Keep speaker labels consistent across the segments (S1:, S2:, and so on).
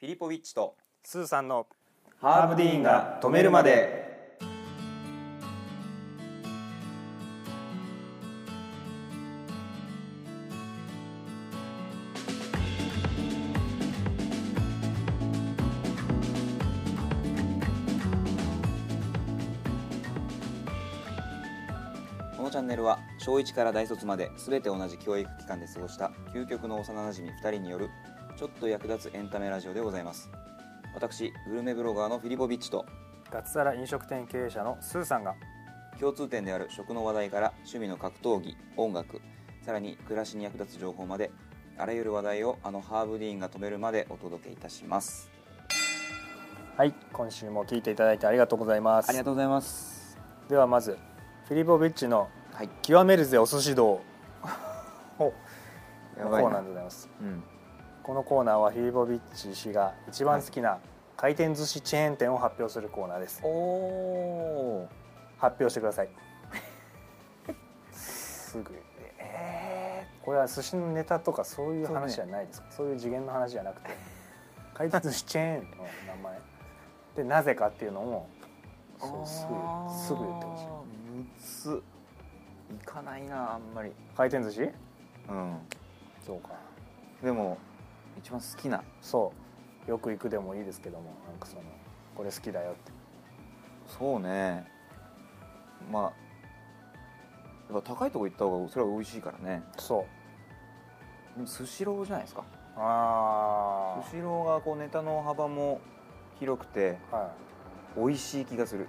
S1: フィリポウィッチと
S2: スーさんの
S1: ハーブディーンが止めるまでこのチャンネルは小1から大卒まで全て同じ教育機関で過ごした究極の幼なじみ2人によるちょっと役立つエンタメラジオでございます私グルメブロガーのフィリポビッチと
S2: 脱サラ飲食店経営者のスーさんが
S1: 共通点である食の話題から趣味の格闘技音楽さらに暮らしに役立つ情報まであらゆる話題をあのハーブディーンが止めるまでお届けいたします
S2: はい今週も聞いていただいてありがとうございます
S1: ありがとうございます
S2: ではまずフィリポビッチの
S1: はい
S2: 「極めるぜお寿 司道」を
S1: や
S2: の
S1: ば
S2: コ
S1: い
S2: ー
S1: な
S2: ナーでございます
S1: うん
S2: このコーナーはフィリポビッチ氏が一番好きな回転寿司チェーン店を発表するコーナーです
S1: おお
S2: 発表してくださいすぐ
S1: え
S2: これは寿司のネタとかそういう話じ
S1: そ
S2: ゃ
S1: う
S2: ないですかそう,、いう次元の話じゃなくて回転寿司チェーンの名前でなぜかっていうのもそうすぐすぐ言ってほ
S1: しいむついかないなあんまり
S2: しい回転寿司
S1: うん
S2: そうか
S1: でも一番好きな
S2: そうよく行くでもいいですけどもなんかそのこれ好きだよって
S1: そうねまあやっぱ高いとこ行った方がそれは美味しいからね
S2: そう
S1: でもスシローじゃないですか
S2: あ
S1: スシローがこうネタの幅も広くて
S2: あ、は
S1: 美味しい気がする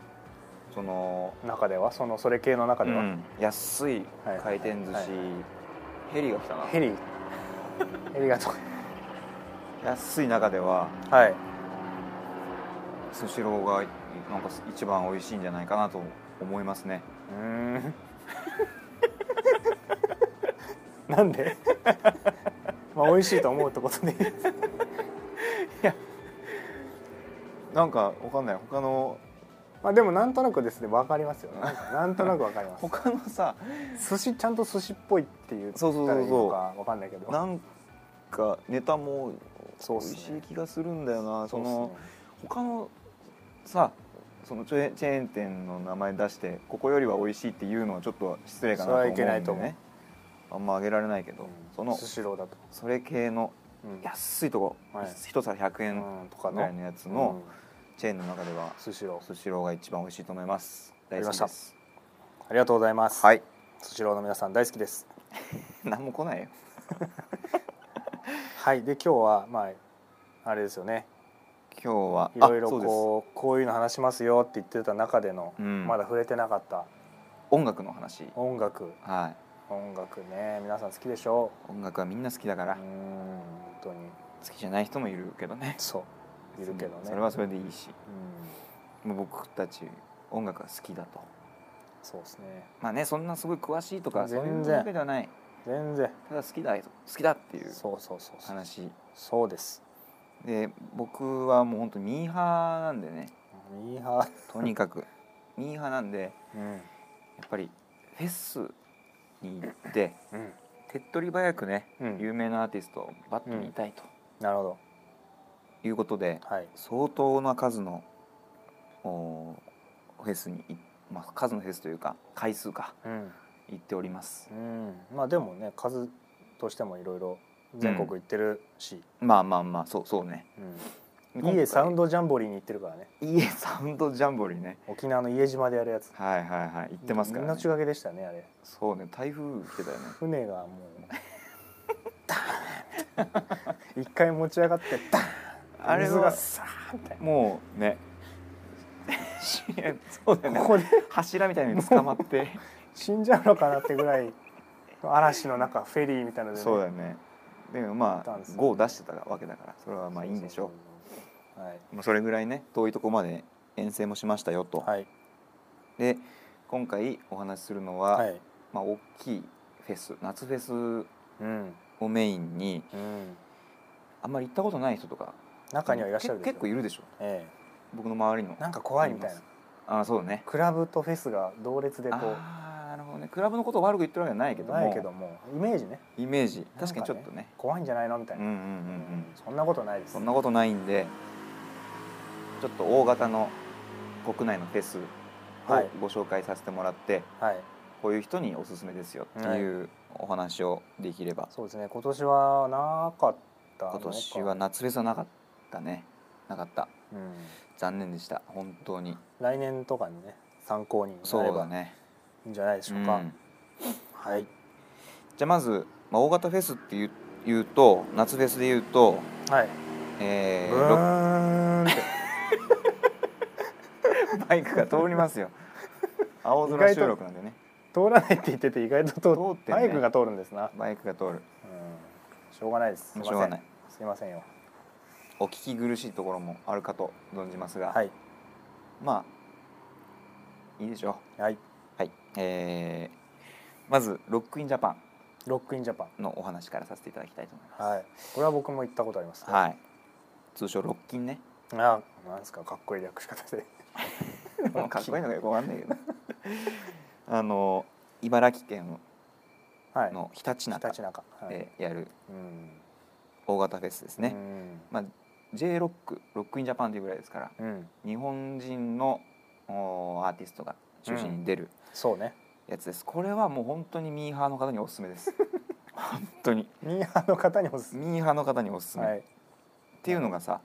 S1: その、
S2: い、中ではそのそれ系の中では、
S1: うん安い
S2: はい
S1: 回転寿司、
S2: はい
S1: ヘリが来たな
S2: ヘリ ヘリがと
S1: 安い中では
S2: はい
S1: スシローがなんか一番美味しいんじゃないかなと思いますね
S2: うーん なんで まあ美味しいと思うってことで
S1: なんかわかんない他の
S2: まあでもなんとなくですね分かりますよねなんかなんとなく分かります
S1: 他のさ
S2: 寿司ちゃんと寿司っぽいっていう
S1: そうそうそうそう
S2: か分かんないけど
S1: なんかネタも美
S2: そうっ
S1: 味
S2: す
S1: し
S2: ね
S1: い気がするんだよなそ,、
S2: そうっすね
S1: の他のさそのチェーンチェーン店の名前出してここよりは美味しいっていうのはちょっと失礼かなと
S2: それ
S1: 思
S2: は
S1: う
S2: い
S1: ん
S2: け
S1: で
S2: ないと思う
S1: ねあんまあげられないけど、その
S2: スシローだと、
S1: それ系の
S2: うん
S1: 安いとこ、
S2: はい
S1: 一皿100円
S2: うんとか
S1: ぐらいの
S2: の
S1: やつのチェーンの中では
S2: スシロー
S1: スシローが一番美味しいと思います大好き
S2: わかりま
S1: で
S2: し
S1: す
S2: ありがとうございます、
S1: はい
S2: スシローの皆さん大好きです
S1: 何も来ないよ
S2: はいで今日はまああれですよね
S1: 今日はい
S2: ろいろ
S1: あそう
S2: こうこういうの話しますよって言ってた中での、
S1: うん
S2: まだ触れてなかった
S1: です音楽の話
S2: 音楽
S1: はい
S2: 音楽ね皆さん好きでしょ
S1: 音楽はみんな好きだか
S2: うう
S1: ら
S2: ーん本当に
S1: 好きじゃない人もいるけどね
S2: そういるけどね
S1: それはそれでいいし
S2: うん
S1: もう僕たち音楽が好きだと
S2: そうですね
S1: まあねそんなすごい詳しいとか
S2: 全
S1: そう
S2: 然
S1: いうわけではない
S2: 全然
S1: ただ好きだよ好きだっていう
S2: そうそうそうそう
S1: 話
S2: そうです
S1: で僕はもう本当ミーハーなんでね
S2: ミーハ
S1: とにか くミーハーなんで
S2: ーうん
S1: やっぱりフェスに行って
S2: うん
S1: 手っ取り早くね、
S2: うん
S1: 有名なアーティストをバッと見たいと
S2: なるほど
S1: いうことで、
S2: はい
S1: 相当な数のおーフェスに行っ、まあ、数のフェスというか回数か
S2: うん、
S1: 行っております
S2: うん、まあでもね数としてもいろいろ全国行ってるし、
S1: まあまあまあそうそうね
S2: うん家サウン
S1: ド
S2: ドジャンボリーに行ってるからね
S1: 家サウンドジャンボリーね
S2: 沖縄の家島でやるやつ
S1: はいはいはい行ってますから、
S2: 命
S1: ね、
S2: がけでしたねあれ
S1: そうね台風来てたよね
S2: 船がもうダーン一回持ち上がってダーン
S1: あれ
S2: 水が
S1: は
S2: さーンみたい
S1: もう ねいやそうだよ
S2: な
S1: ね
S2: ここで
S1: 柱みたいに捕まって
S2: 死んじゃうのかなってぐらい嵐の中フェリーみたいなので ね
S1: そうだよねでもま
S2: 行ったん
S1: あ
S2: ですよ
S1: 5出してたわけだからそれはまあいいんでしょう
S2: そそはい
S1: まあそれぐらいね遠いとこまで遠征もしましたよと、
S2: はい
S1: で今回お話しするのは、
S2: はい
S1: まあ、大きいフェス夏フェス
S2: うん
S1: をメインに
S2: うん
S1: あんまり行ったことない人とか
S2: 中にはいらっしゃるでしょ
S1: け結構いるでしょ
S2: え
S1: 僕の周りの
S2: えなんか怖いみたいな
S1: ああそうだね
S2: クラブとフェスが同列でこ
S1: ああなるほどねクラブのことを悪く言ってるわけじゃないけども
S2: ないけどもイメージね
S1: イメージ
S2: なん
S1: 確かにちょっとね
S2: 怖いんじゃないのみた
S1: う
S2: い
S1: んう
S2: な、
S1: んうんうん
S2: そんなことないです
S1: そんなことないんでちょっと大型の国内のフェスを
S2: はい
S1: ご紹介させてもらって、
S2: はい
S1: こういう人におすすめですよっていうお話をできれば、
S2: そうですね今年はなかったのか
S1: 今年は夏フェスはなかったねなかった
S2: うん、
S1: 残念でした本当に
S2: 来年とかにね参考になれ
S1: そう
S2: ば
S1: だね
S2: いいんじゃないでしょう
S1: う
S2: か
S1: ん
S2: はい
S1: じゃあまず、まあ、大型フェスっていう言うと夏フェスで言うと、
S2: はい
S1: え
S2: ブ
S1: ーロ
S2: ーンって
S1: ックバイクが通ります よ青空収録なんでね
S2: 通らないって言ってて意外と通
S1: 通ってんね
S2: バイクが通るんですな、
S1: バイクが通る
S2: うん、しょうがないですすいま
S1: しょう
S2: せ
S1: が
S2: ん
S1: ない
S2: すいませんよ
S1: お聞き苦しいところもあるかと存じますが、
S2: はい
S1: まあいいでしょ
S2: はい、
S1: うはいえーまずロックインジャパ
S2: ロックインジャパン。
S1: ンのお話からさせていただきたいと思います
S2: はい。これは僕も行ったことあります、
S1: はい、通称ロッキン ね
S2: い。あ、なんですか、かっこいい略し方 で。
S1: かっこいいのがよくわかんないけど あの茨城県
S2: はい。
S1: のひたち
S2: ひ
S1: な
S2: た
S1: か
S2: ちなか。はい。
S1: でやる
S2: うん。
S1: 大型フェスですね、まあ、J ロックロックインジャパンというぐらいですから
S2: うん。うん。
S1: 日本人のおーアーティストが中心に出る
S2: そうね。
S1: やつです、これはもう本当にミーハーの方におすすめです 本当に
S2: ミーハーの方におすす
S1: ミーハーの方におすす
S2: め。
S1: め、
S2: は
S1: っ
S2: い。
S1: ていうのがさ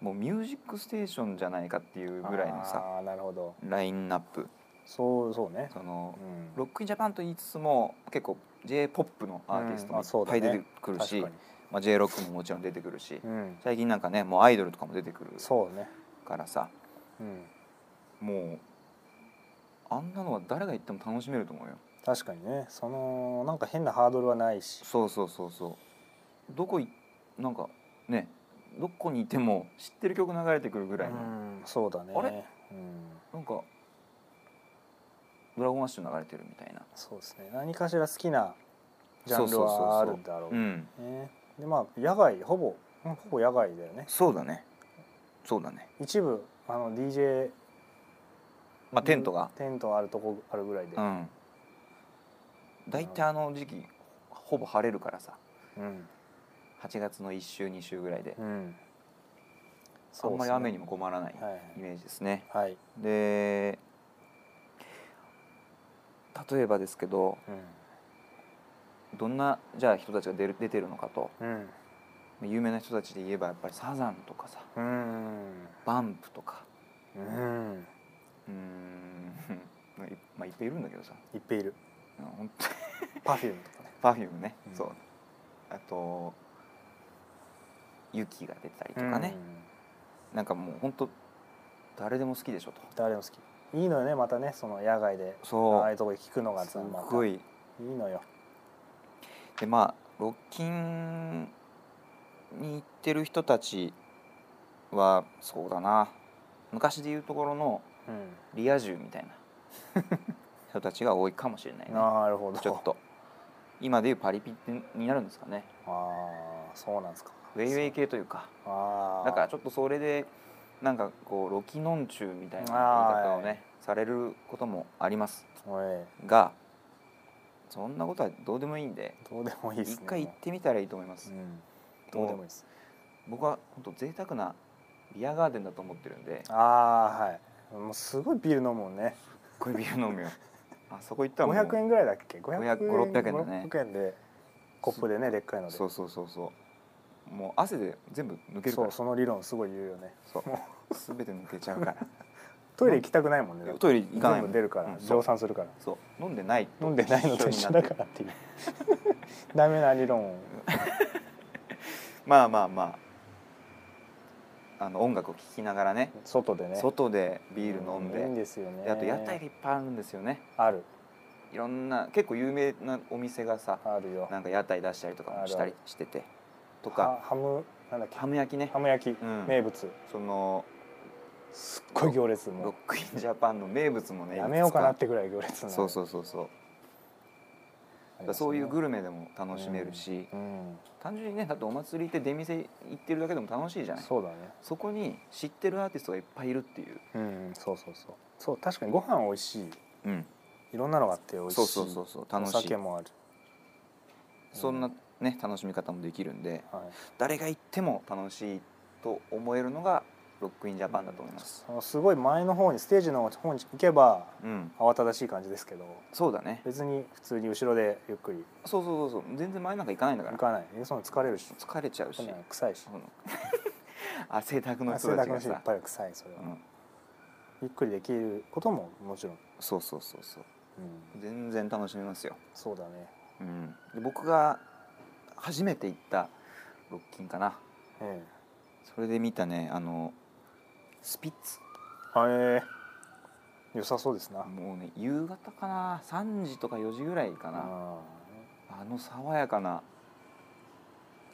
S1: もう「ミュージックステーション」じゃないかっていうぐらいのさ
S2: ああ、なるほど。
S1: ラインナップ
S2: そう、そうね。
S1: その
S2: うん
S1: ロックインジャパンと言いつつも結構 j p o p のアーティスト
S2: うん
S1: も
S2: あ
S1: いう
S2: そ
S1: っ
S2: だ
S1: ぱ
S2: ね
S1: い出てくるし、
S2: 確かに。
S1: まあ、j ロックももちろん出てくるし、
S2: うん。
S1: 最近なんかねもうアイドルとかも出てくる
S2: そうね。
S1: からさ
S2: うん。
S1: もうあんなのは誰が言っても楽しめると思うよ
S2: 確かにね。その、なんか変なハードルはないし。
S1: そうそうそうそうどこいなんかねどこにいても知ってる曲流れてくるぐ
S2: う
S1: らいの、
S2: ん。そうだね。
S1: あれ
S2: うん。
S1: なんか「ドラゴンアッシュ」流れてるみたいな
S2: そうですね。何かしら好きな。ジャンルはあるんだろう
S1: う。ん
S2: ね、でまあ野外ほぼうんほぼ野外だよね
S1: そうだねそうだね
S2: 一部あの DJ
S1: まあテントが
S2: テントあるとこあるぐらいで、
S1: うん大体あの時期ほぼ晴れるからさ
S2: うん
S1: 8月の1週2週ぐらいで
S2: うん
S1: あんまり雨に
S2: も
S1: も困らない
S2: はい
S1: イメージですね
S2: はい、はい
S1: で例えばですけどどんなじゃあ人たちが出る出てるのかと
S2: うん
S1: 有名な人たちで言えばやっぱりサザンとかさ
S2: うん
S1: バンプとか
S2: うん、うん、
S1: うーん まあいまあいっぱいいるんだけどさ
S2: いっぱいいる
S1: うん本当に
S2: パフュームとかね
S1: パフュームね、
S2: うん
S1: そうあとユキが出たりとかね
S2: う、ん
S1: なんかもう本当誰でも好きでしょと
S2: 誰も好きいいのよねまたねその野外で
S1: そ
S2: ああいううとこで聞くのが
S1: す
S2: さまた
S1: ご
S2: い
S1: い
S2: いのよ
S1: でまあロッキンに行ってる人たちはそうだな昔でいうところの
S2: うん
S1: リア充みたいな 人たちが多いかもしれないね
S2: なるほど
S1: ちょっと今でいうパリピってになるんですかね
S2: ああそうなんですか
S1: ウェイウェイ系というか
S2: ああ
S1: だからちょっとそれでなんかこうロキノン中みたいな言い方を
S2: は
S1: ねされることもあります
S2: おい
S1: がそんなことはどうでもいいんで
S2: どうでもいいですね
S1: 一回行ってみたらいいと思います、
S2: うん、どうでもいいです
S1: 僕は本当贅沢なビアガーデンだと思ってるんで
S2: ああはいもうすごいビール飲むもんね
S1: これビール飲むよあそこ行ったらもう
S2: 500円ぐらいだっけ500
S1: 500 600円だね
S2: 500円でコップでねでっかいので
S1: そうそうそうそうもう汗で全部抜けるか
S2: そ
S1: ら
S2: うその理論すごい言うよね
S1: そう全て抜けちゃうから
S2: トイレ行きたくないもんねだって
S1: トイレ行かないも
S2: 全
S1: ん
S2: 部出るから、
S1: うんそう
S2: 蒸散するから
S1: そう飲んでない
S2: 飲んでないのと一緒
S1: にな
S2: だ
S1: って
S2: か
S1: る
S2: らっていうダメな理論を
S1: まあまあまああの音楽を聴きながらね
S2: 外でね
S1: 外でビール飲んで,、
S2: いいんですよね
S1: であと屋台がいっぱいあるんですよね
S2: ある
S1: いろんな結構有名なお店がさ
S2: あるよ
S1: なんか屋台出したりとかもしたりしててと
S2: は
S1: か
S2: ハムなんだっけ
S1: ハム焼きね
S2: ハム焼き、
S1: うん
S2: 名物すっ
S1: その
S2: ごい行列
S1: ロッ
S2: も
S1: クインジャパンの名物も
S2: う
S1: ね
S2: やめようかなっ
S1: いく
S2: てぐらい行列
S1: つか
S2: なの
S1: そうそうそうそう、
S2: ありますね
S1: そういうグルメでも楽しめるし、
S2: うん
S1: 単純にねだってお祭り行って出店行ってるだけでも楽しいじゃない
S2: そうだね
S1: そこに知ってるアーティストがいっぱいいるっていう、
S2: うんそうそうそうそう確かにご飯美味しい
S1: うん、
S2: いろんなのがあって美味しい
S1: そうそうそうそう楽しい
S2: お酒もある
S1: そんなね楽しみ方もできるんで
S2: はい
S1: 誰が行っても楽しいと思えるのがロックインジャパンだと思います
S2: そのすごい前の方にステージの方に行けば
S1: うん、
S2: 慌ただしい感じですけど
S1: そうだね
S2: 別に普通に後ろでゆっくり
S1: そうそうそうそう全然前なんか行かないんだか
S2: 行
S1: ら
S2: かないえその疲れるし
S1: 疲れちゃうし
S2: そんなの臭いし
S1: その 汗だくの人
S2: 汗
S1: た
S2: だ
S1: ち
S2: くの
S1: が
S2: 人いっ
S1: さ、
S2: ぱい臭いそれは、
S1: うん、
S2: ゆっくりできることももちろん、
S1: そうそうそうそう
S2: うん、
S1: 全然楽しめますよ、
S2: そうだね
S1: うん、で僕が初めて行ったロッキンかな
S2: え
S1: それで見たねあのスピッツ
S2: えあええ良さそうですな
S1: もうね夕方かな3時とか4時ぐらいかな、
S2: あ
S1: あの爽やかな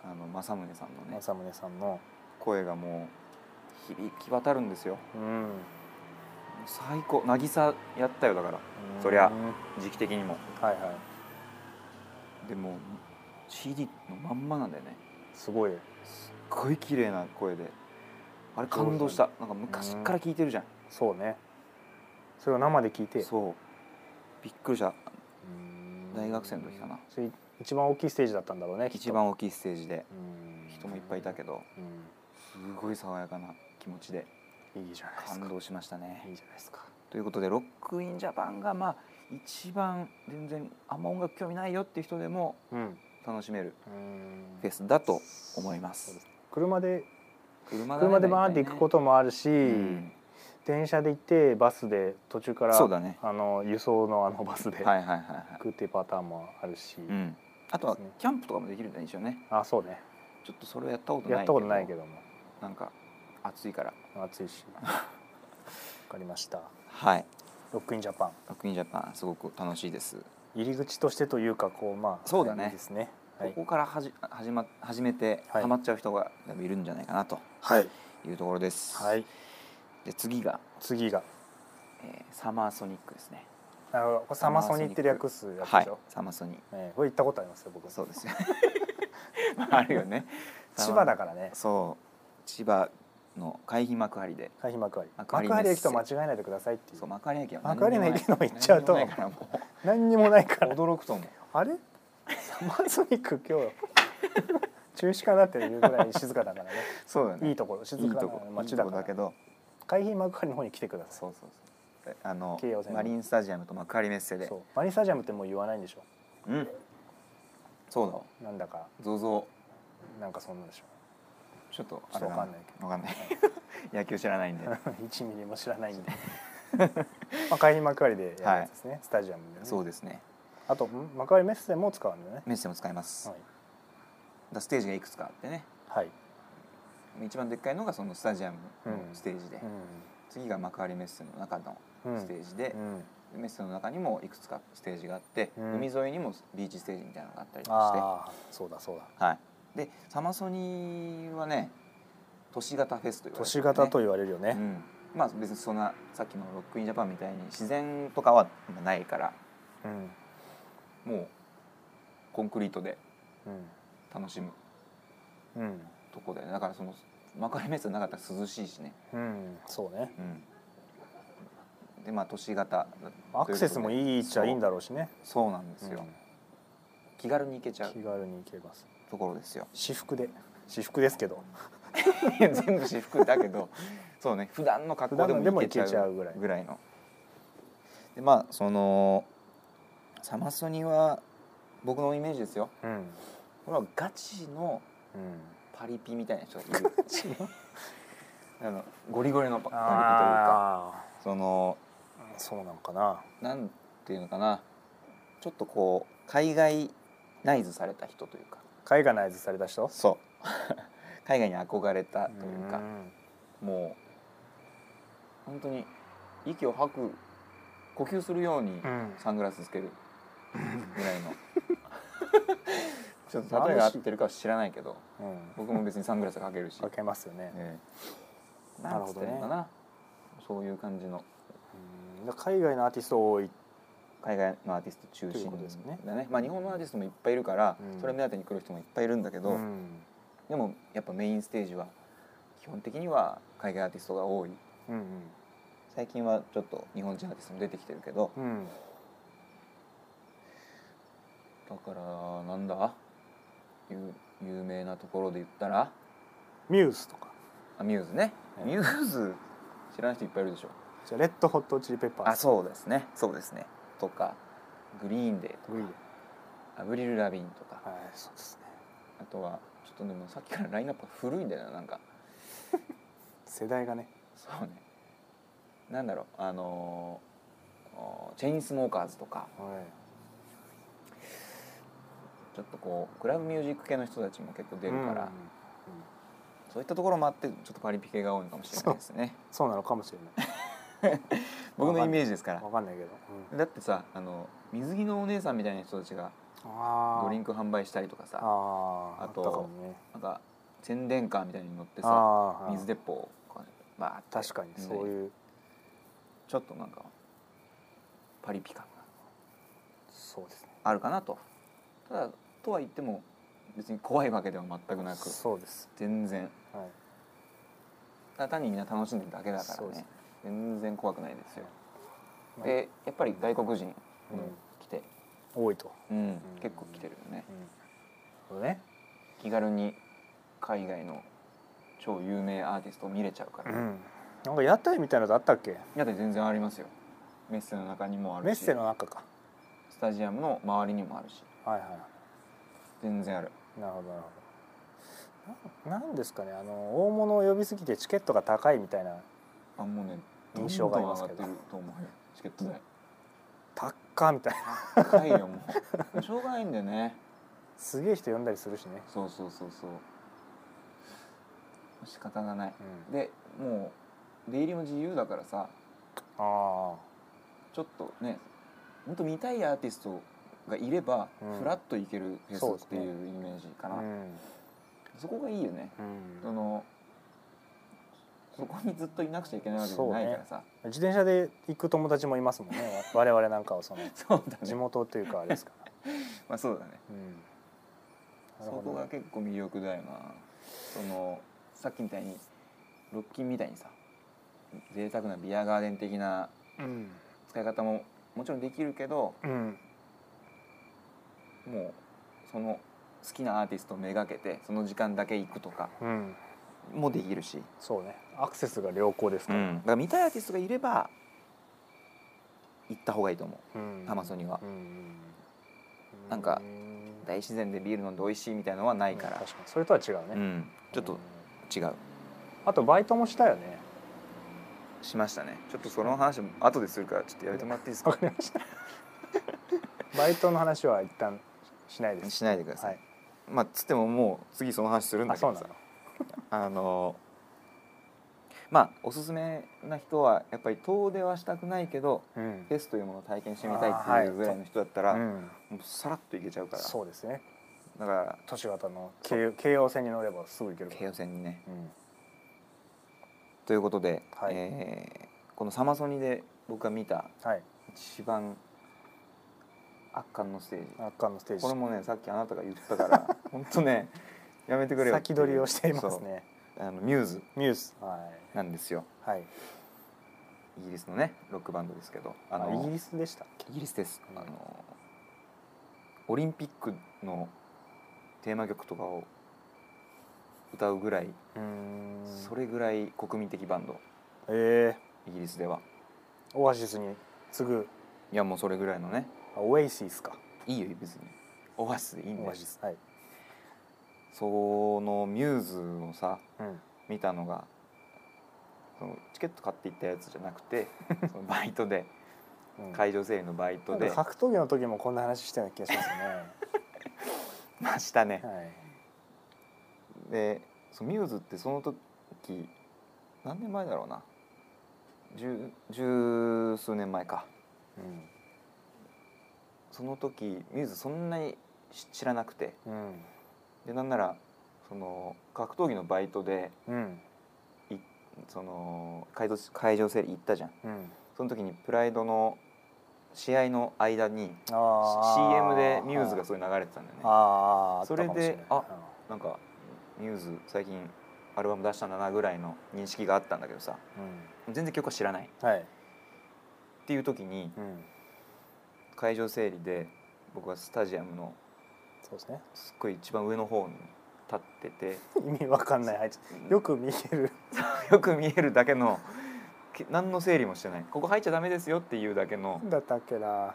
S1: あの政宗さんのね
S2: 政宗さんの
S1: 声がもう響き渡るんですよ
S2: うん
S1: 最高渚やったよだから
S2: うん
S1: そりゃ
S2: うん
S1: 時期的にも
S2: はいはい
S1: でも CD のまんまなんだよね
S2: すごい
S1: すっごい綺麗な声であれ感動したなんか昔から聞いてるじゃん、
S2: そうねそれを生で聞いて
S1: そうびっくりした
S2: うん
S1: 大学生の時かな
S2: それ一番大きいステージだったんだろうねきっと
S1: 一番大きいステージで
S2: うん
S1: 人もいっぱいいたけど
S2: う
S1: すごい爽やかな気持ちで
S2: んいいじゃないです
S1: 感
S2: か
S1: 動しましたね
S2: いいじゃないですか
S1: ということでロックインジャパンがまあ一番全然あんま音楽興味ないよっていう人でも
S2: うん
S1: 楽しめる
S2: うん
S1: フェスだと思います。
S2: 車で
S1: 車だね
S2: 車でバーンって行くこともあるし、
S1: 大体ねうん
S2: 電車で行ってバスで途中から
S1: そうだね。
S2: あの輸送のあのバスで
S1: はいは
S2: 行
S1: いはいはい。
S2: くっていうパターンもあるし、
S1: うん。あとは
S2: ですね
S1: キャンプとかもできるんだね一応ね。
S2: あそうね
S1: ちょっとそれをやったことないけど。
S2: やったことないけども
S1: なんか暑いから。
S2: 暑 いしわかりました
S1: はい。
S2: ロックインジャパン
S1: ロックインジャパンすごく楽しいです。
S2: 入り口としてというかこうまあ
S1: そうだね
S2: いいですねはい
S1: ここからはじ始ま始めて
S2: はい
S1: ハマっちゃう人が多分いるんじゃないかなと
S2: はい、
S1: いうところです。。
S2: はいい、
S1: で次が、
S2: 次が
S1: えーサマーソニックですね。
S2: なるほどこれサマソニって略すやつでしょ、
S1: サマソニ
S2: ええこれ行ったことありますよ僕
S1: そうですよま ああるよね
S2: 千葉だからね
S1: そう千葉の海浜幕張で
S2: 海浜幕張
S1: 幕張
S2: 幕
S1: メッセ
S2: 張駅と間違えないでくださいってい
S1: そう
S2: う
S1: 幕張駅は
S2: 幕張の駅の方
S1: 何にもない
S2: 行っちゃうと
S1: 何にもないからも
S2: 何にもないか
S1: う
S2: ら
S1: 驚くと思う
S2: あれサマーソニック今日中止かなっていうぐらい静かだからね
S1: そうだね
S2: いいところ静
S1: いい
S2: かな
S1: とこ
S2: 街だ
S1: いいとこ
S2: から
S1: だけど
S2: 海浜幕張の方に来てくださ
S1: そうそうそうあの
S2: 京王線の
S1: マリンスタジアムと幕張メッセ
S2: い
S1: で
S2: そうマリンスタジアムってもう言わないんでしょ
S1: うんそうだわ
S2: なんだか
S1: ゾゾ
S2: なんかそんなんでしょ
S1: ちょっと
S2: ちょっとわかんないけ
S1: わかんない野球知ら ないんで
S2: 1ミリも知らないんで まあ海浜幕張でやるやつですね、スタジアムでね
S1: そうですね
S2: あとん幕張メッセも使うんだよね
S1: メッセも使います
S2: は
S1: だ
S2: い、
S1: からステージがいくつかあってね
S2: はい
S1: 一番でっかいのがそのスタジアムのステージで、
S2: う
S1: 次が幕張メッセの中の
S2: ん
S1: ステージで
S2: う、ん、
S1: メッセの中にもいくつかステージがあって、
S2: うん
S1: 海沿いにもビーチステージみたいなのがあったりして、は
S2: ああそうだそうだ
S1: い、でサマソニはね都市型フェスという、ね、
S2: 都市型と言われるよね、
S1: うん、まあ別にそんなさっきのロックインジャパンみたいに自然とかはないから
S2: うん
S1: もうコンクリートで楽しむ
S2: うんうん
S1: とこだよねだからその幕張メッセなかったら涼しいしね、
S2: うん、そうね
S1: うん、でまあ都市型
S2: アクセスもいいっちゃいいんだ
S1: ろ
S2: ろうしね
S1: そうそうなんですよ、
S2: う
S1: 気軽に行けちゃ
S2: ん
S1: う
S2: 気軽に行けます
S1: ところですよ
S2: 私服で私服ですけど
S1: いや全部私服だけ どそうね普段の格好で
S2: 普段ので
S1: も
S2: も
S1: 行けちゃう
S2: 行けちゃうぐらい
S1: のでまあそのサマソニは僕のイメージですよ
S2: うんうん
S1: これはガチのパリピみたいな人がいる あのゴリゴリのパパリピというか
S2: あ
S1: その
S2: あそうなんかな
S1: なんていうのかなちょっとこう海外ナイズされた人というか
S2: 海外ナイズされた人
S1: そう 海外に憧れたというか、
S2: ん
S1: もう本当に息を吐く呼吸するように
S2: うん
S1: サングラスつけ るぐらいのちょっと例えが合ってるかは知らないけど
S2: うん
S1: 僕も別にサングラスかけるし、
S2: かけますよね、
S1: ええ
S2: なるほどね
S1: なんつってんのかなそういう感じの
S2: うんだから海外のアーティスト多い
S1: 海外のアーティスト中
S2: という
S1: 心
S2: ことですね
S1: だねまあ、日本のアーティストもいっぱいいるから、
S2: うん
S1: それ目当てに来る人もいっぱいいるんだけど、
S2: うん
S1: でもやっぱメインステージは基本的には海外アーティストが多い
S2: うん
S1: 最近はちょっと日本人アーティストも出てきてるけど、
S2: うんうん
S1: だからなんだ有有名なところで言ったら
S2: ミューズとか
S1: あミューズね、
S2: ええ
S1: ミューズ知らない人いっぱいいるでしょ
S2: じゃあレッドホットチリペッパーズ
S1: あそうですねそうですねとかグリーンデーとか
S2: グリーで
S1: アブリル・ラビンとか
S2: はいそうですね
S1: あとはちょっとでもさっきからラインナップが古いんだよななんか
S2: 世代がね
S1: そうねなんだろうあのーおチェインスモーカーズとか
S2: は
S1: ちょっとこうクラブミュージック系の人たちも結構
S2: い
S1: 出るから、
S2: うんうん
S1: そういったところもあってちょっとパリピ系が多いのかもしれないですね
S2: そうなのかもしれない
S1: 僕のイメージですから
S2: わかんないけど、うん
S1: だってさあの水着のお姉さんみたいな人たちが
S2: あー
S1: ドリンク販売したりとかさ
S2: あー
S1: あ
S2: あ
S1: と
S2: ったかもね
S1: なんか宣伝カーみたいに乗ってさ
S2: あー
S1: 水鉄砲をこうバーって
S2: 確かにそう
S1: う
S2: いう
S1: ちょっとなんかパリピ感が
S2: そうですね
S1: あるかなとただとは言っても別に怖いわけでは全くなく
S2: そうです
S1: 全然
S2: はい
S1: ただ単にみんな楽しんでるだけだから
S2: そう
S1: ね
S2: ですね
S1: 全然怖くないですよ、
S2: まあ
S1: でやっぱり外国人も来て、
S2: 多いと、
S1: うん結構来てるよね
S2: うん、そうね
S1: 気軽に海外の超有名アーティストを見れちゃうから、
S2: うんなんか屋台みたいなのあったっけ
S1: だって全然ありますよメッセの中にもあ
S2: メ
S1: る
S2: ッ
S1: し
S2: セの中か
S1: スタジアムの周りにもあるし
S2: はいはい
S1: 全然ある
S2: なるほどなるほどななんですかねあの大物を呼びすぎてチケットが高いみたいな
S1: あもうねどん
S2: 印
S1: ど
S2: 象
S1: ん
S2: があり
S1: 上
S2: ます
S1: がっ
S2: け
S1: て
S2: ど
S1: ると思うよチケット代
S2: 高っみたいな
S1: 高いよも うしょうがないんだよね
S2: すげえ人呼んだりするしね
S1: そうそうそうそう仕方がない
S2: うん
S1: でもう出入りも自由だからさ
S2: あ
S1: ちょっとね本当見たいアーティストがいれば、
S2: うん
S1: フラッといけるフ
S2: そう
S1: ェ
S2: で
S1: スっ
S2: す
S1: て
S2: ね
S1: いうイメージか
S2: あ
S1: なそ,、
S2: うん
S1: こがいいよね、
S2: うん
S1: そのそこにずっといなくちゃいけないわけじゃないからさ
S2: 自転車で行く友達もいますもんねわ我々なんかはその
S1: そう,、
S2: 地
S1: だね
S2: 元というかあれですから、
S1: まあそうだね
S2: うん、
S1: そ
S2: なるほ
S1: こ
S2: ど
S1: が
S2: ね
S1: 結構魅力だよなそのさっきみたいにロッキンみたいにさ贅沢なビアガーデン的な
S2: うん
S1: 使い方ももちろんできるけど
S2: うん
S1: もうその好きなアーティストをめがけてその時間だけ行くとか
S2: うん
S1: もできるし、
S2: そうねアクセスが良好ですか
S1: だ
S2: ら、
S1: から見たいアーティストがいれば行った方がいいと思う
S2: うん
S1: タマソには
S2: うんうん
S1: なんか
S2: うん
S1: 大自然でビール飲んで美味しいみたいのはないから
S2: うん、確かにそれとは違うね、
S1: うんちょっ
S2: うん
S1: と違う
S2: あとバイトもしたよね
S1: しましたねちょっとその話も後でするからちょっとやめてもらっていいです
S2: わ
S1: か
S2: かりました バイトの話は一旦しないです
S1: しないでください
S2: はい
S1: まあつってももう次その話するんだ
S2: あ
S1: け
S2: そう
S1: ど
S2: な
S1: さ
S2: の
S1: あのまあおすすめな人はやっぱり遠出はしたくないけど
S2: うん
S1: フェスというものを体験してみたいっていうぐらいの人だったら、
S2: うん
S1: もうさらっといけちゃうから
S2: そうですね
S1: だから
S2: 都市型の京葉京葉線に乗ればすぐ行けるから
S1: 京王線にね
S2: うん
S1: ということで、
S2: はい
S1: えーこのサマソニで僕が見た
S2: はい
S1: 一番圧巻のステージ
S2: 圧巻のステージ
S1: これもねさっきあなたが言った から本当ねやめてくれよってい
S2: 先
S1: う
S2: 取りをしていますね
S1: そうあのミューズ
S2: ミューズは
S1: なんですよ
S2: い、はい、
S1: イギリスのねロックバンドですけどあ
S2: あ
S1: の
S2: イギリスでしたっけ
S1: イギリスです、
S2: うん
S1: あのオリンピックのテーマ曲とかを歌うぐらい、
S2: うーん
S1: それぐらい国民的バンド
S2: え
S1: イギリスでは
S2: ー、オアシスに次ぐ
S1: いやもうそれぐらいのね
S2: あオエイシスか
S1: いいよ別にオアシスでいいんだ
S2: オ
S1: よ
S2: アシスはい、
S1: そのミューズをさ
S2: うん、
S1: 見たのがそのチケット買っていったやつじゃなく てそのバイトで
S2: うん
S1: 会場整理のバイト
S2: なん
S1: で
S2: か格闘技の時もこんな話したような気がします ね
S1: ましたね
S2: はい
S1: でそのミューズってその時何年前だろうな十十数年前かその時ミューズそんなに知知らなくて
S2: うんうん
S1: でなんならその格闘技のバイトで
S2: うん
S1: その会場会場整理行ったじゃん
S2: うん
S1: その時にプライドの試合の間に
S2: あー
S1: CM でミューズ
S2: は
S1: が
S2: い
S1: そういう流れてたんだよね
S2: あーあ
S1: それで
S2: あっ
S1: あなんかミューズ最近アルバム出したんだなぐらいの認識があったんだけどさ
S2: たかもしれない
S1: 全然曲は知らないっ
S2: うんはい
S1: ていう時に
S2: うん
S1: 会場整理で僕はスタジアムの
S2: そうですね
S1: すっごい一番上の方に立ってて
S2: 意味わかんない配置よく見える
S1: よく見えるだけのけ何の整理もしてないここ入っちゃダメですよっていうだけの
S2: だったっけな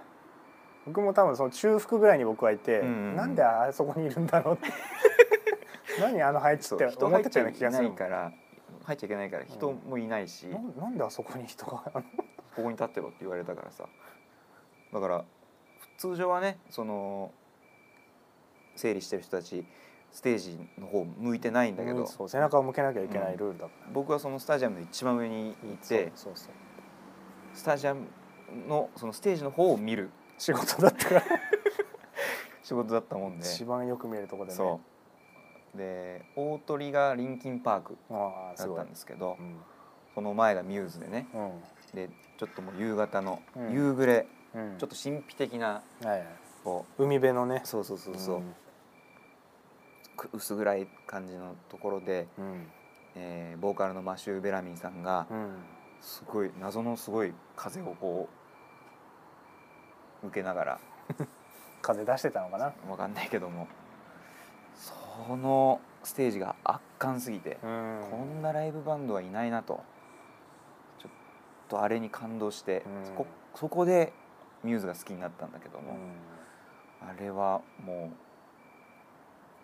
S2: 僕も多分その中腹ぐらいに僕はいて、
S1: うんうんうん
S2: なんであそこにいるんだ ろうって何あの配置
S1: そ
S2: っ
S1: う
S2: て
S1: 人
S2: 思っ
S1: 入
S2: て
S1: っち
S2: た
S1: ゃ
S2: よう
S1: い
S2: な気がす
S1: けな
S2: る
S1: いから入っちゃいけないから人もいないし、
S2: な
S1: こ
S2: んなんであそこに人が
S1: こに立ってろって言われたからさだから通常はねその整理してる人たちステージの方向いてないんだけど
S2: そう背中を向けなきゃいけないルールだか
S1: 僕はそのスタジアムの一番上にい
S2: ら、
S1: て
S2: そうそうそう
S1: スタジアムのそのステージの方を見る
S2: 仕事だったから
S1: 仕事だったもんで、
S2: 一番よく見えるとこでね
S1: そうで大鳥がリンキンパーク
S2: ああ
S1: だ
S2: す
S1: っ
S2: ごい
S1: たんですけど
S2: うん
S1: その前がミューズでね
S2: うん
S1: でちょっともう夕方の
S2: うん
S1: 夕暮れ、
S2: うん
S1: ちょっと神秘的な
S2: はいはい
S1: こ
S2: 海辺のね
S1: うそうそうそうそう、
S2: ん
S1: く薄暗い感じのところで、
S2: うん
S1: えーボーカルのマシュー・ベラミンさんが
S2: うん
S1: すごい謎のすごい風をこう受けながら
S2: 風出してたのかな
S1: わかんないけどもそのステージが圧巻すぎて、
S2: うん
S1: こんなライブバンドはいないなとちょっとあれに感動して、
S2: うん
S1: そこそこでミューズが好きになったんだけど
S2: う
S1: も、
S2: ん
S1: あれはも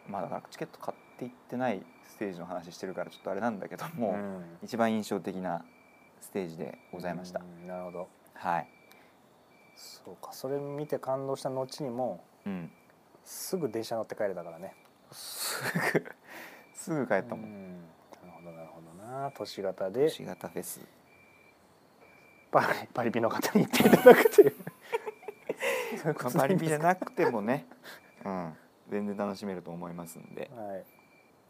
S1: うまあだからチケット買っていってないステージの話してるからちょっとあれなんだけども、
S2: うん
S1: 一番印象的なステージでございました、
S2: うんなるほど
S1: はい、
S2: そうかそれ見て感動した後にも
S1: うん、
S2: すぐ電車乗って帰れたからね
S1: すぐすぐ帰ったも
S2: うんんなるほどなるほどな都市型で
S1: 新型フェス
S2: パリパリピの方に行っていただく というそういうこ
S1: まあ
S2: と
S1: パ
S2: でいい
S1: リ
S2: ん
S1: ピ
S2: で
S1: じゃ
S2: すか
S1: なくてもね、うん、全然楽しめると思いますんで
S2: はい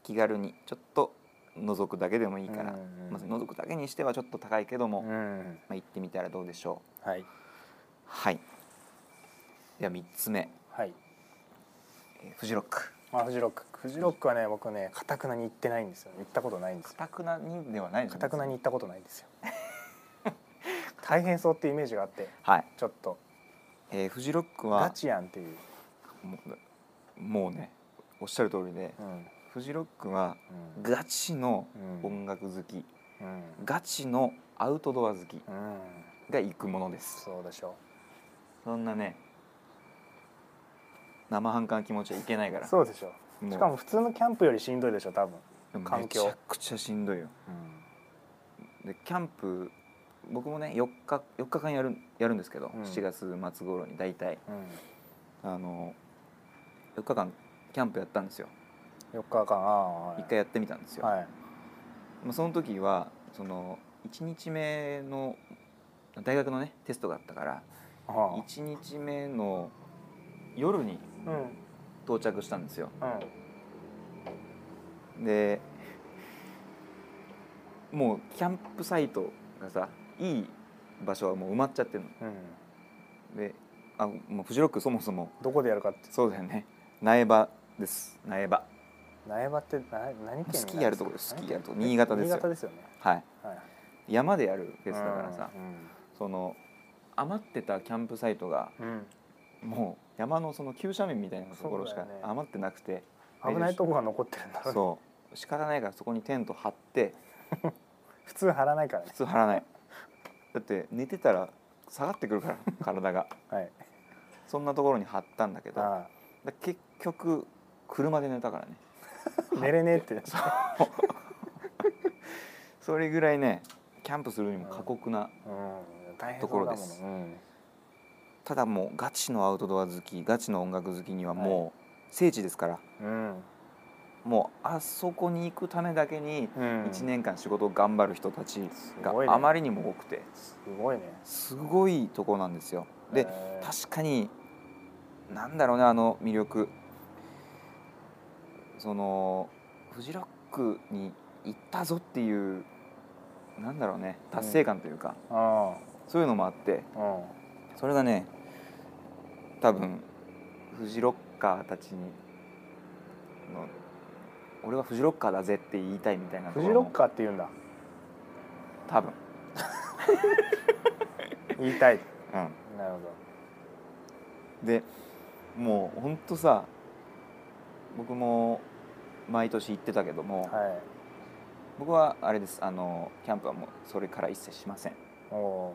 S1: 気軽にちょっと覗くだけでもいいから、
S2: うんうん
S1: まず覗くだけにしてはちょっと高いけども、
S2: う
S1: ま
S2: ん
S1: あ、行ってみたらどうでしょう
S2: はい
S1: はいでは3つ目、
S2: はい
S1: えーフジロック
S2: まあフジロックフジロックはね僕ねかたくなに行ってないんですよ行ったことないんですよ
S1: かたくなにではないのね
S2: かたくなに行ったことないんです よ大変そうっていうイメージがあって
S1: はい、
S2: ちょっと
S1: えーフジロック
S2: ガ
S1: は
S2: チやんっていう、
S1: もうもうねおっしゃる通りで、
S2: うん
S1: フジロックは
S2: うん
S1: ガチの
S2: うん
S1: 音楽好き、
S2: うん
S1: ガチのアウトドア好き
S2: うん、
S1: が行くものです、
S2: そうでしょ
S1: そんなね生半可な気持ちはいけないか
S2: う
S1: ら
S2: そうでしょう
S1: もう
S2: しかも普通のキャンプよりしんどいでしょ多分、環境
S1: めちゃくちゃしんどいよでキャンプ僕もね4日4日間やるやるんですけど、
S2: うん
S1: 7月末頃に大体
S2: うん
S1: あの4日間キャンプやったんですよ
S2: 4日間ああはい
S1: 1回やってみたんですよ、
S2: はい
S1: まあ、その時はその1日目の大学のねテストがあったから
S2: ああ
S1: 1日目の夜に
S2: うんうん
S1: 到着したんですよでもうキャンプサイトがさいい場所はもう埋まっちゃってるの
S2: うん
S1: であもうフジロックそもそも
S2: どこでやるかって
S1: そうだよね苗場です苗場
S2: 苗場ってな何県になるんです
S1: ス
S2: か
S1: キーやるとこですスキーやるとこ新潟ですよ
S2: 新潟ですよね
S1: はい
S2: はい
S1: 山でやるフェスだからさ
S2: うん
S1: その余ってたキャンプサイトが
S2: うん
S1: もう山のその急斜面みたいなところし
S2: そ
S1: か
S2: うだよね
S1: 余ってなくて
S2: 危ないとこが残ってるんだろうね
S1: そう仕方ないからそこにテント張って
S2: 普通張らないからね
S1: 普通張らないだって寝てたら下がってくるから 体が
S2: はい
S1: そんなところに張ったんだけど
S2: あ
S1: だ結局車で寝たからね
S2: あ寝れね えって
S1: それぐらいねキャンプするにも過酷な
S2: うん大変
S1: ところです
S2: そうだものうん
S1: ただもうガチのアウトドア好きガチの音楽好きにはもう聖地ですから
S2: うん
S1: もうあそこに行くためだけに
S2: うん
S1: 1年間仕事を頑張る人たちが
S2: すごいね
S1: あまりにも多くて
S2: すごいね
S1: すごいとこなんですよで
S2: えー
S1: 確かになんだろうねあの魅力そのフジロックに行ったぞっていうなんだろうね達成感というか、
S2: あ
S1: そういうのもあって
S2: あうん
S1: それがね多分フジロッカーたちにの俺はフジロッカーだぜって言いたいみたいなと
S2: フ
S1: こ
S2: ジ
S1: ろ
S2: ロ
S1: も
S2: ッカーって言うんだ
S1: 多分、
S2: 言いたい
S1: うん、
S2: なるほ
S1: でもうほんとさ僕も毎年行ってたけども、
S2: は
S1: 僕はあれですあのキャンプはもうそれから一切しません
S2: いお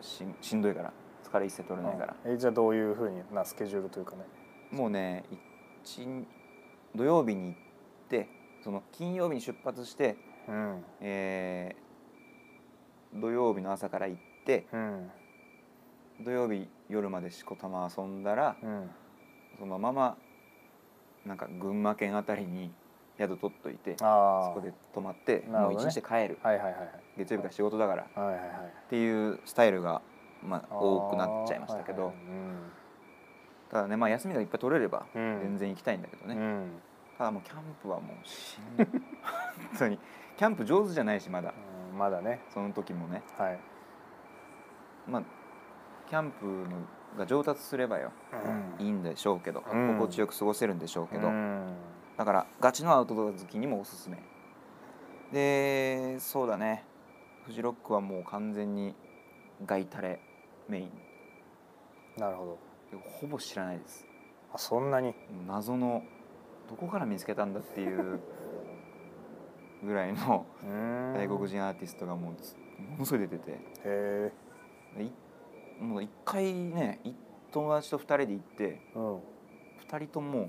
S1: しんしんどいから疲れ一切取れないから、
S2: ーえじゃあどういうふうになスケジュールというかね
S1: もうね一土曜日に行ってその金曜日に出発して、
S2: うん
S1: えー土曜日の朝から行って
S2: うん
S1: 土曜日夜までしこたま遊んだら
S2: うん
S1: そのままなんか群馬県あたりに宿取っといてそ
S2: ああ
S1: こで泊まって、
S2: な
S1: も
S2: るほど
S1: う
S2: ね
S1: 一日で帰る
S2: はいはいはいはい
S1: 月曜日から仕事だからっ
S2: はいはいはい
S1: ていうスタイルが、まあ、
S2: あー
S1: 多くなっちゃいましたけど、
S2: はいはいうん
S1: ただね、まあ、休みがいっぱい取れれば
S2: うん
S1: 全然行きたいんだけどね、
S2: うん
S1: ただもうキャンプはもうしん どい本当にキャンプ上手じゃないしまだ
S2: うんまだね
S1: その時もね
S2: はい
S1: まあキャンプのが上達すればよ、
S2: うん
S1: いいんでしょうけど、
S2: うん
S1: 心地よく過ごせるんでしょうけど、
S2: うん
S1: だからガチのアウトドア好きにもおすすめでそうだねフジロックはもう完全にガイタレメイン
S2: なるほど
S1: ほぼ知らないです
S2: あそんなに
S1: 謎のどこから見つけたんだっていうぐらいの外
S2: 外
S1: 国人アーティストがもうつものすごい出てて
S2: へえ
S1: でいもう一回ねい友達と2人で行って
S2: うん
S1: 2人とも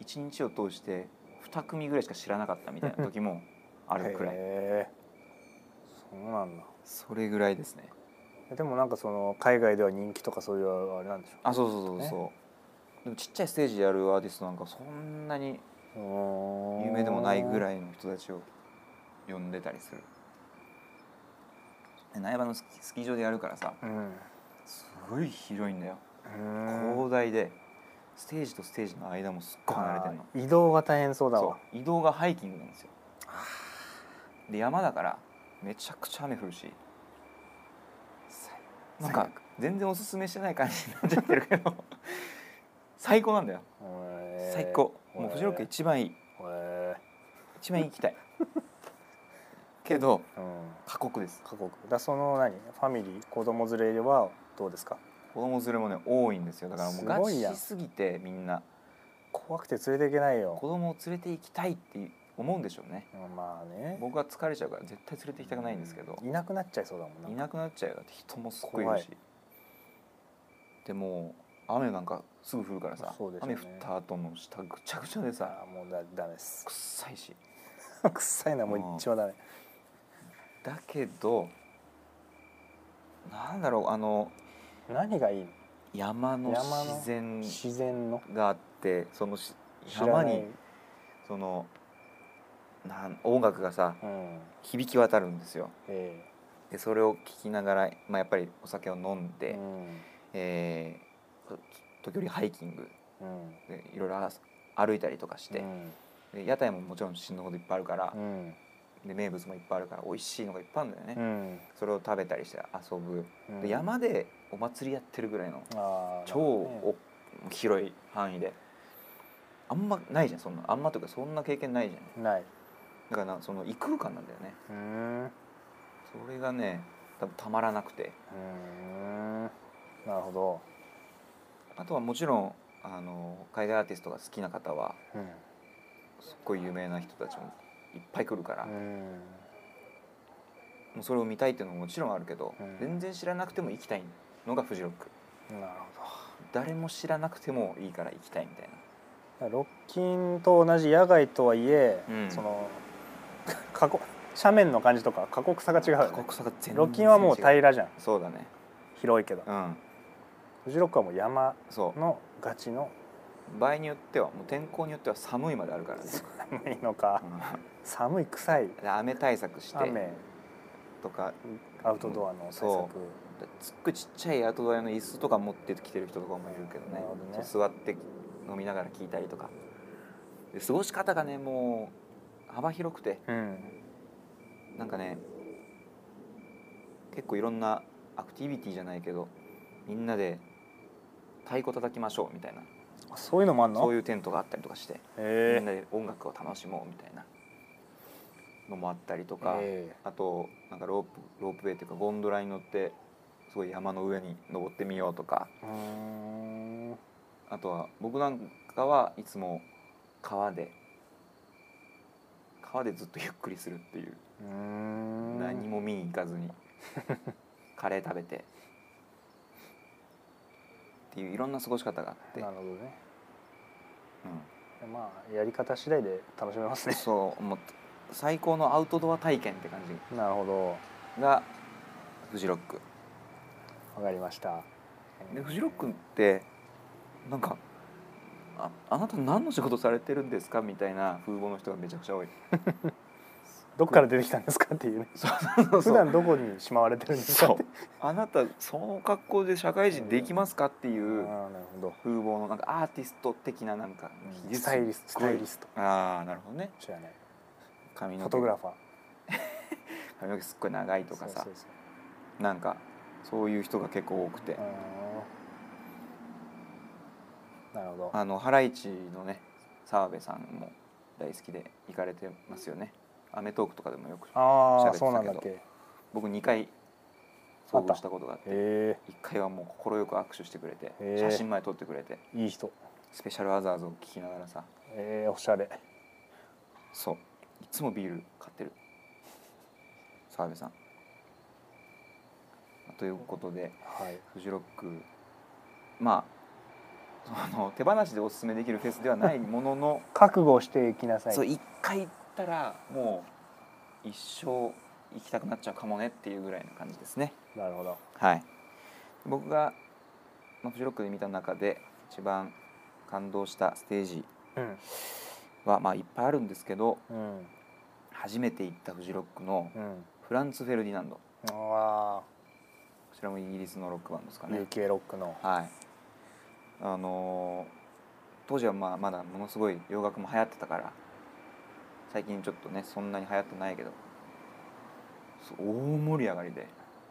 S1: 一日を通して2組ぐらいしか知らなかったみたいな時もあるくらい
S2: へえそうなんだ
S1: それぐらいですね
S2: えでもなんかその海外では人気とかそういうあれなんでし
S1: あそうそうそうそうでもちっちゃいステージでやるアーティストなんかそんなに
S2: ょ
S1: 有名でもないぐ
S2: い
S1: らいの人たちを呼んでたりするで苗場のスキスキー場でやるからさ
S2: うん
S1: すごい広いんだよ
S2: うん
S1: 広大でステージとステージの間もすっごい離れてるの
S2: あー移動が大変そうだ
S1: そ
S2: わ
S1: う移動がハイキングなんですよで山だからめちゃくちゃ雨降るしなんか全然おすすめしてない感じになっちゃってるけど最高なんだよ
S2: へえ
S1: 最高もうフジロック一番いい
S2: へ
S1: 一番行きたいけど
S2: えうん
S1: 過酷です
S2: 過酷だその何ファミリー子供連れはどうですか
S1: 子供連れもね多いんですよだからもう
S2: すご
S1: ガ
S2: いやん
S1: チすぎてみんな
S2: 怖くて連れていけない
S1: 子
S2: よ
S1: 供を連れて行きたいって思うんでしょうね
S2: うんまあね
S1: 僕は疲れちゃうから絶対連れて行きたくないんですけど
S2: いなくなっちゃいそうだもん
S1: い
S2: な
S1: なくなっちゃうよだって人もすっごいいるし
S2: 怖
S1: でもう雨なんかすぐ降るからさ、
S2: そうですよ
S1: 雨
S2: ね
S1: 降った後の下ぐちゃぐちゃでさ
S2: あーもうだダメです
S1: 臭いし
S2: 臭いなもう一番ダメ
S1: だけどなんだろうあの
S2: 何がいいの
S1: 山の
S2: 山の
S1: 自然
S2: 自然の
S1: があってそのし
S2: 知ら
S1: 山
S2: ない
S1: にそのなん音楽がさ
S2: うん
S1: 響き渡るんですよ
S2: え
S1: でそれを聞きながら、まあ、やっぱりお酒を飲んで、
S2: えうん
S1: えー時折ハイキング
S2: うん
S1: でいろいろ歩いたりとかして
S2: う、ん
S1: で屋台ももちろん死ぬほどいっぱいあるから
S2: う、ん
S1: で名物もいっぱいあるから美味しいのがいっぱいあるんだよね、
S2: うん
S1: それを食べたりして遊ぶ、
S2: うん
S1: で山でお祭りやってるぐらいの
S2: あー
S1: 超お広い範囲であんまないじゃんそんなあんまというかそんな経験ないじゃん
S2: ない
S1: だからなその異空間なんだよね
S2: うんうん
S1: それがね多分たまらなくて
S2: なるほど
S1: あとはもちろんあの海外アーティストが好きな方は
S2: うん
S1: すっごい有名な人たちもいっぱい来るから、も
S2: うん
S1: うそれを見たいっていうのももちろんあるけど、
S2: うん
S1: 全然知らなくても行きたいのがフジロック
S2: なるほど
S1: 誰も知らなくてもいいから行きたいみたいな
S2: ロッキンと同じ野外とはいえ、
S1: うん
S2: その 過酷斜面の感じとか過酷さが違うよね、
S1: 過酷さが全然違う
S2: ロッキンはもう平らじゃん
S1: そうだね
S2: 広いけど
S1: うん
S2: フジロックはもう山
S1: そう
S2: のガチの
S1: 場合によってはもう天候によっては寒いまであるからね、
S2: 寒いのか寒い臭い
S1: うんで雨対策して
S2: 雨
S1: とか
S2: アウトドアの対策
S1: そすっごいちっちゃいアウトドアの椅子とか持ってきてる人とかもいるけど
S2: な
S1: ね
S2: るほどね
S1: そう座って飲みながら聞いたりとかで過ごし方がねもう幅広くて
S2: うん
S1: なんかね結構いろんなアクティビティじゃないけどみんなで太鼓叩きましょうみたいな
S2: あそういうのもあんの
S1: そういうテントがあったりとかしてみん
S2: へ
S1: なで音楽を楽しもうみたいなのもあったりと
S2: え
S1: か、あとなんかロープロープウェイというかゴンドラに乗ってすごい山の上に登ってみようとか
S2: うーん
S1: あとは僕なんかはいつも川で川でずっとゆっくりするっていう
S2: うーん
S1: 何も見に行か ずにカレー食べてっていういろんな過ごし方があって、
S2: なるほどね
S1: う
S2: まあやり方次第で楽しめます
S1: ん、
S2: ね
S1: そうもう最高のアウトドア体験って感
S2: なるほど
S1: じがフジロック
S2: わかりました
S1: でフジロックってなんかあ「あなた何の仕事されてるんですか?」みたいな風貌の人がめちゃくち ゃ多い
S2: どっから出てきたんですかっていうね
S1: そう
S2: 普段どこにしまわれてるんですか
S1: そ
S2: っ
S1: う
S2: て
S1: あなたその格好で社会人できますかってい
S2: あー
S1: う
S2: なるほど
S1: 風貌のなんかアーティスト的ななんか技術
S2: スタイリストスタイリスト
S1: ああなるほどね
S2: 知らない
S1: 髪
S2: フ
S1: の
S2: ォ
S1: 毛
S2: トグラファー
S1: 髪の毛すっごい長いとかさ
S2: そうそう
S1: なんかそういう人が結構多くて
S2: そうあーなるほど
S1: あのハライチのね澤部さんも大好きで行かれてますよね『アメトーーク』とかでもよく
S2: あ
S1: 喋って
S2: あ
S1: たけど
S2: そうなんだっけへ
S1: 僕2回遭遇したことがあって
S2: え
S1: 1回はもう快く握手してくれて
S2: へえ
S1: 写真前撮ってくれて
S2: いい人
S1: スペシャルアザーズを聞きながらさ
S2: ええおしゃれ
S1: そういつもビール買ってる澤部さんということで
S2: はい
S1: フジロックまあその手放しでおすすめできるフェスではないものの
S2: 覚悟していきなさい
S1: そう一回行ったらもう一生行きたくなっちゃうかもねっていうぐらいの感じですね
S2: なるほど
S1: はい僕が、まあ、フジロックで見た中で一番感動したステージ
S2: うん
S1: はまあいっぱいあるんですけど
S2: うん
S1: 初めて行ったフジロックの
S2: うん
S1: フランツ・フェルディナンドこ
S2: あ
S1: ちらもイギリスのロックバンドですか
S2: あ
S1: ね
S2: UK ロックの
S1: はい、あのー当時はまあまだものすごい洋楽も流行ってたから最近ちょっとねそんなに流行ってないけどそう大盛り上がりで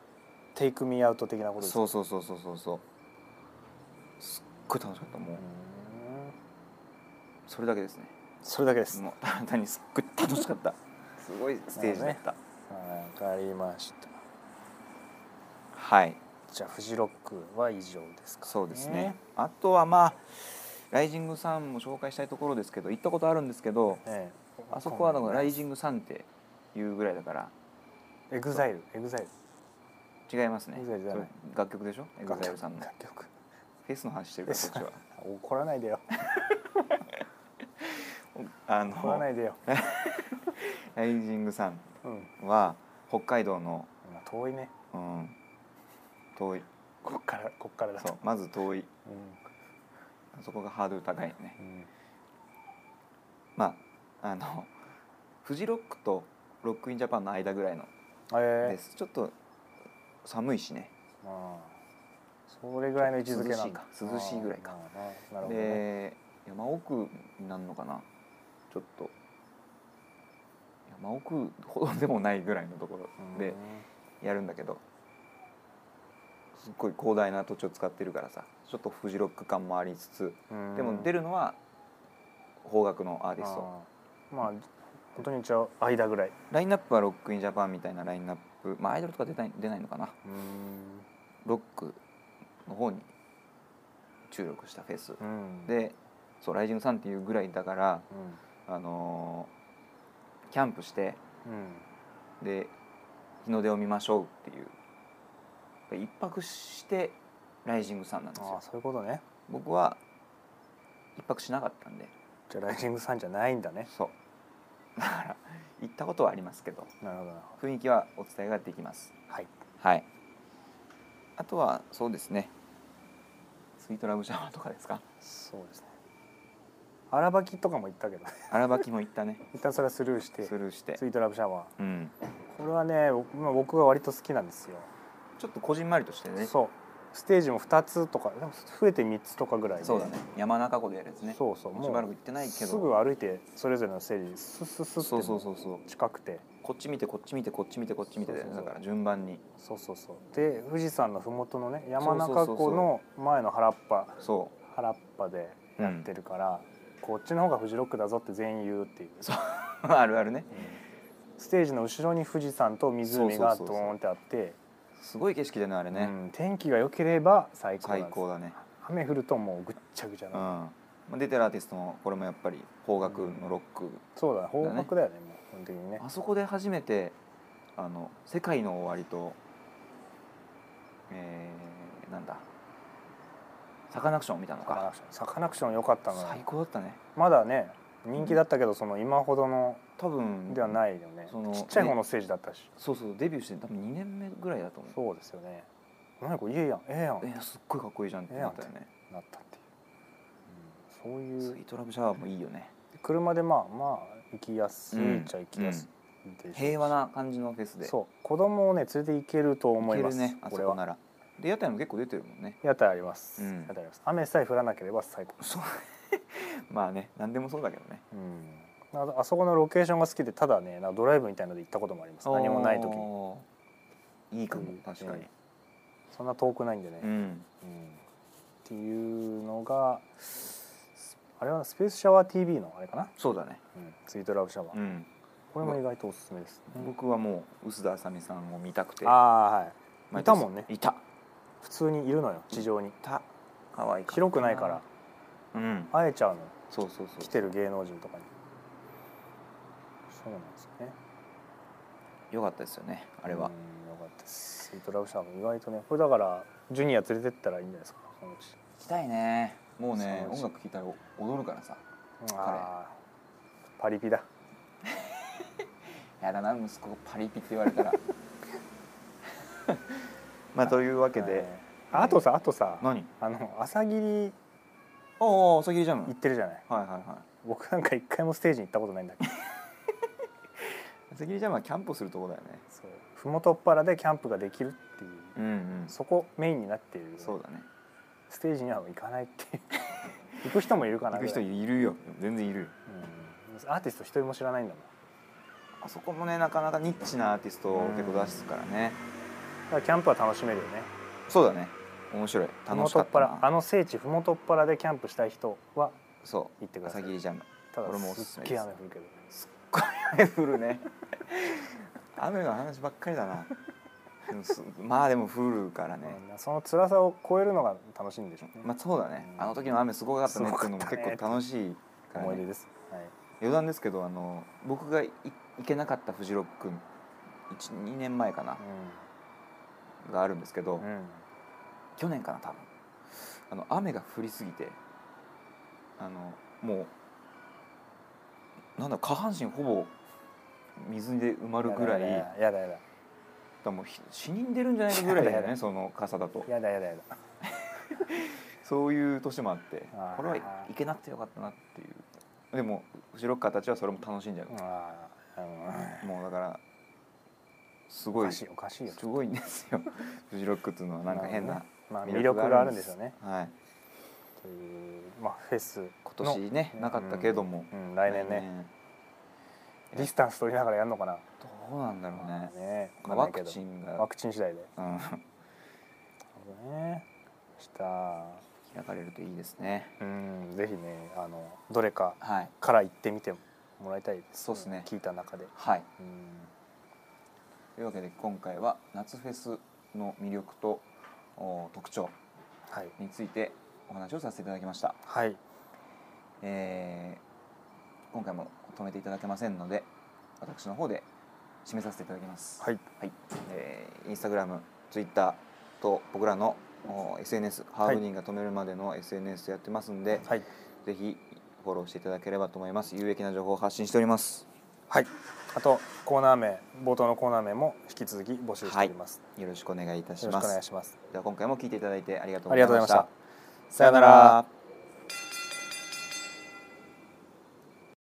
S2: 「テイクミーアウト」的なことです
S1: そうそうそうそうそうそうすっごい楽しかったもう
S2: うーん
S1: それだけですね
S2: それだけです
S1: もうただ単にすっごい楽しかった すごいステージだった、
S2: わかりました
S1: はい
S2: じゃあフジロックは以上ですか、
S1: そうですねあとはまあライジングさんも紹介したいところですけど行ったことあるんですけど
S2: ええ
S1: あそこはなんかライ
S2: ジ
S1: ジングさんっていうぐらいだから
S2: エグザイルエグザイル
S1: 違いますね
S2: EXILE じゃない
S1: それ楽曲でしょ EXILE さんの
S2: 楽曲
S1: フェスの話してるから
S2: フェス
S1: こっちは
S2: 怒らな いでよ
S1: あ
S2: 怒らな
S1: の
S2: いでよ、
S1: ライジングさ
S2: う
S1: ん
S2: ん、
S1: は北海道の、
S2: まあ遠いね
S1: うん、遠い
S2: こっからこっからだ
S1: そ
S2: と
S1: うまず遠い
S2: うん
S1: あそこがハードル高いよね
S2: うん
S1: まああのフジロックとロックインジャパンの間ぐらいの
S2: ええ
S1: ですちょっと寒いしね
S2: まあそれぐらいの位置づけなんだ
S1: 涼しい涼しいぐらいか
S2: ああまあなるほどね
S1: で山奥になるのかなちょっと山奥ほどでもないぐらいのところで、
S2: うん
S1: やるんだけどすっごい広大な土地を使ってるからさちょっとフジロック感もありつつ
S2: うん
S1: でも出るのは邦楽のアーティスト
S2: ああまあ本当にじゃあ間ぐらい
S1: ラインナップはロック・イン・ジャパンみたいなラインナップまあアイドルとか出ない出ないのかな
S2: うん
S1: ロックの方に注力したフェス
S2: うん
S1: でそうライジングさんっていうぐらいだから
S2: うん
S1: あのーキャンプして
S2: うん
S1: で日の出を見ましょうっていう一泊してライジングさんなんです
S2: あ
S1: よ
S2: あそういうことね
S1: 僕は一泊しなかったんで
S2: じゃあライジングさんじゃないんだね
S1: そう だから行ったことはありますけど
S2: なるほどなるほ
S1: 雰囲気はお伝えができます
S2: どはい
S1: はいあとはそうですねスイートラブシャワーとかですか
S2: そうですね荒ばきとかも言ったけど
S1: 荒ばきも行ったね
S2: 一旦それはスルーして
S1: スルーして
S2: スイートラブシャワー
S1: うん
S2: これはね僕,、まあ、僕が割と好きなんですよ、
S1: ちょっとこじんまりとしてね
S2: そうステージも2つとかでも増えて3つとかぐらいで
S1: そうだね山中湖でやるやつね
S2: そうそう
S1: もうしばらく行ってないけど
S2: すぐ歩いてそれぞれのステージスッスッスッって
S1: そうそうそうそう
S2: 近くて
S1: こっち見てこっち見てこっち見てこっち見てだよね
S2: そうそうそう
S1: だから順番に
S2: そうそうそうで富士山の麓のね山中
S1: そうそうそう
S2: 湖
S1: そう
S2: の前の原っぱ
S1: そ
S2: 原っぱでやってるから、こっちの方がフジロックだぞって全員言うっていう
S1: そう あるあるね
S2: ステージの後ろに富士山と湖がドーンってあって
S1: すごい景色だよねあれね、
S2: うん天気が良ければ最高な
S1: 最
S2: んです
S1: 高だね
S2: 雨降るともうぐっちゃぐちゃ
S1: うん
S2: な、
S1: まあ、出てるアーティストもこれもやっぱり邦楽のロック、
S2: そうだ方角だよねもう基本的にね
S1: あそこで初めてあの「世界の終わりと」えーなんだサカナクション見たの
S2: サカ
S1: か
S2: ナクションサカナクション良かったのよ
S1: 最高だったね
S2: まだね人気だったけどその今ほどの
S1: 多分
S2: ではないよね、
S1: その
S2: ちっちゃい方のステージだったし、
S1: そうそうデビューして多分2年目ぐらいだと思う
S2: そうですよね何これ家やんええやん
S1: えーすっごいかっこいいじゃんってなったよね
S2: なったっていう、うん、そう
S1: スイ
S2: い
S1: ー
S2: う
S1: トラブシャワーもいいよね
S2: 車でまあまあ行きやすいっちゃ行きやすいでしょうし
S1: 平和な感じのフェスで
S2: そう子供をね連れて行けると思
S1: い
S2: い
S1: け
S2: ま
S1: る
S2: す
S1: ねあ
S2: こ
S1: そ
S2: れ
S1: こな
S2: は
S1: らで屋台も結構出てるもんね
S2: 屋台あります、
S1: うん
S2: 屋台あります雨さえ降らなければ最高、
S1: そう まあね何でもそうだけどね
S2: うん、ああそこのロケーションが好きでただねなんかドライブみたいので行ったこともあります何もない時に
S1: にいいか
S2: う
S1: も
S2: ん
S1: 確かに
S2: そんな遠くないんでね、
S1: うん
S2: うんっていうのがあれはスペースシャワー TV のあれかな、
S1: そうだね
S2: うん、ツイートラブシャワー、
S1: うん
S2: これも意外とおすすめです、
S1: 僕はもう臼田あさみさんを見たくて
S2: ああはい
S1: 毎年
S2: いたもんね
S1: いたい
S2: 普通にいるのよ地上に
S1: た可愛い
S2: 広くないから
S1: うん
S2: 会えちゃうのよ
S1: そうそうそう
S2: 来てる芸能人とかにそうなんですよね
S1: よかったですよねあ
S2: あ
S1: れは
S2: よかったですスイートラブシャワーも意外とねこれだからジュニア連れてったらいいんじゃないですかそのうち
S1: 行きたいねもうね
S2: そう
S1: 音楽聴いたら踊るからさ
S2: あーパリピだ
S1: やだな息子パリピって言われた らまあというわけで、
S2: えーああとさあとさ
S1: 何
S2: あの朝霧
S1: おお朝霧ジャム
S2: 行ってるじゃない
S1: はいはいは
S2: 僕なんか一回もステージに行ったことないんだけど
S1: い朝霧ジャムはキャンプするとこだよね
S2: そう麓っ腹でキャンプができるっていう、
S1: うんうん
S2: そこメインになっている
S1: そうだね
S2: ステージには行かないっていう 行く人もいるかな
S1: 行く人
S2: ぐらい
S1: いるよ全然いるよ
S2: うんアーティスト一人も知らないんだもん
S1: あそこもねなかなかニッチなアーティストを結構出すからね
S2: だからキャンプは楽しめるよね
S1: そうだね面白い楽し
S2: 麓
S1: か
S2: っ
S1: った
S2: 腹
S1: な
S2: あの聖地麓っ腹でキャンプしたい人は
S1: そ
S2: 行って
S1: う
S2: くださ
S1: 朝
S2: い
S1: 霧ジャム
S2: ただ
S1: 俺もおすす
S2: すっ
S1: め
S2: げ
S1: で
S2: え
S1: す
S2: 雨降るけど
S1: 雨降るね 雨の話ばっかりだなでもすまあでも降るからね
S2: うんその辛さを超えるのが楽しいんでしょうね、
S1: まあそうだね
S2: うん
S1: あの時の雨すごかったね
S2: すご
S1: って
S2: か
S1: い
S2: っ
S1: う
S2: た
S1: の
S2: ね
S1: も結構楽しいから、
S2: 思い出
S1: ね、
S2: です、はい、
S1: 余談ですけどあの僕がい行けなかったフジロック12年前かながあるんですけど、
S2: うん、うん、
S1: 去年かな多分あの雨が降りすぎてあのもうなんだ下半身ほぼ水で埋まるぐらいだか
S2: やだやだ
S1: らもうひ死人出るんじゃないかぐらいだ
S2: や
S1: よ
S2: だや
S1: ね
S2: だ
S1: その傘だと
S2: やだやだやだ
S1: そういう年もあって
S2: あー
S1: これはいいけなくてよかったなっていうでも後ろっ側たちはそれも楽しんじゃう、
S2: ああ、うん
S1: もうだからす
S2: お
S1: ご
S2: か
S1: いす
S2: しいおかしいよ。
S1: ごいんです よフジロックっていうのはなんか変な
S2: まあ魅力があるんでしょうね。
S1: はい
S2: というまあフェス
S1: 今年ねなかったけれども、
S2: うん、来年ね、ディスタンス取りながらやるのかな。
S1: どうなんだろうね
S2: まあね
S1: まあ
S2: わ
S1: ワ
S2: かん
S1: ク
S2: ないけ
S1: チ
S2: ど
S1: ンが、
S2: ワクチン次第で。
S1: うん、
S2: ね。した。
S1: 開かれるといいですね
S2: うん、ぜひねあのどれか
S1: はい
S2: から行ってみてもらいたいです、
S1: そうっすね
S2: 聞いた中で。
S1: はい
S2: うん。
S1: というわけで今回は夏フェスの魅力とお特徴
S2: はい。
S1: についてお話をさせていただきました、
S2: はい。
S1: えー今回も止めていただけませんので私の方で締めさせていただきます
S2: はい。
S1: はい、えー、インスタグラム、ツイッターと僕らのお SNS、ハーブ人が止めるまでの SNS やってますんで、
S2: はい。
S1: ぜひフォローしていただければと思います。有益な情報を発信しております。
S2: はい。あとコーナー名冒頭のコーナー名も引き続き募集しております。
S1: よろしくお願いいたし
S2: よろ
S1: ま
S2: しくお願い
S1: す。
S2: します。
S1: では今回も聞いていただいてありがとうご
S2: あり
S1: ざい
S2: がとう
S1: ま
S2: ご
S1: し
S2: ざいましたた。。
S1: さようなら。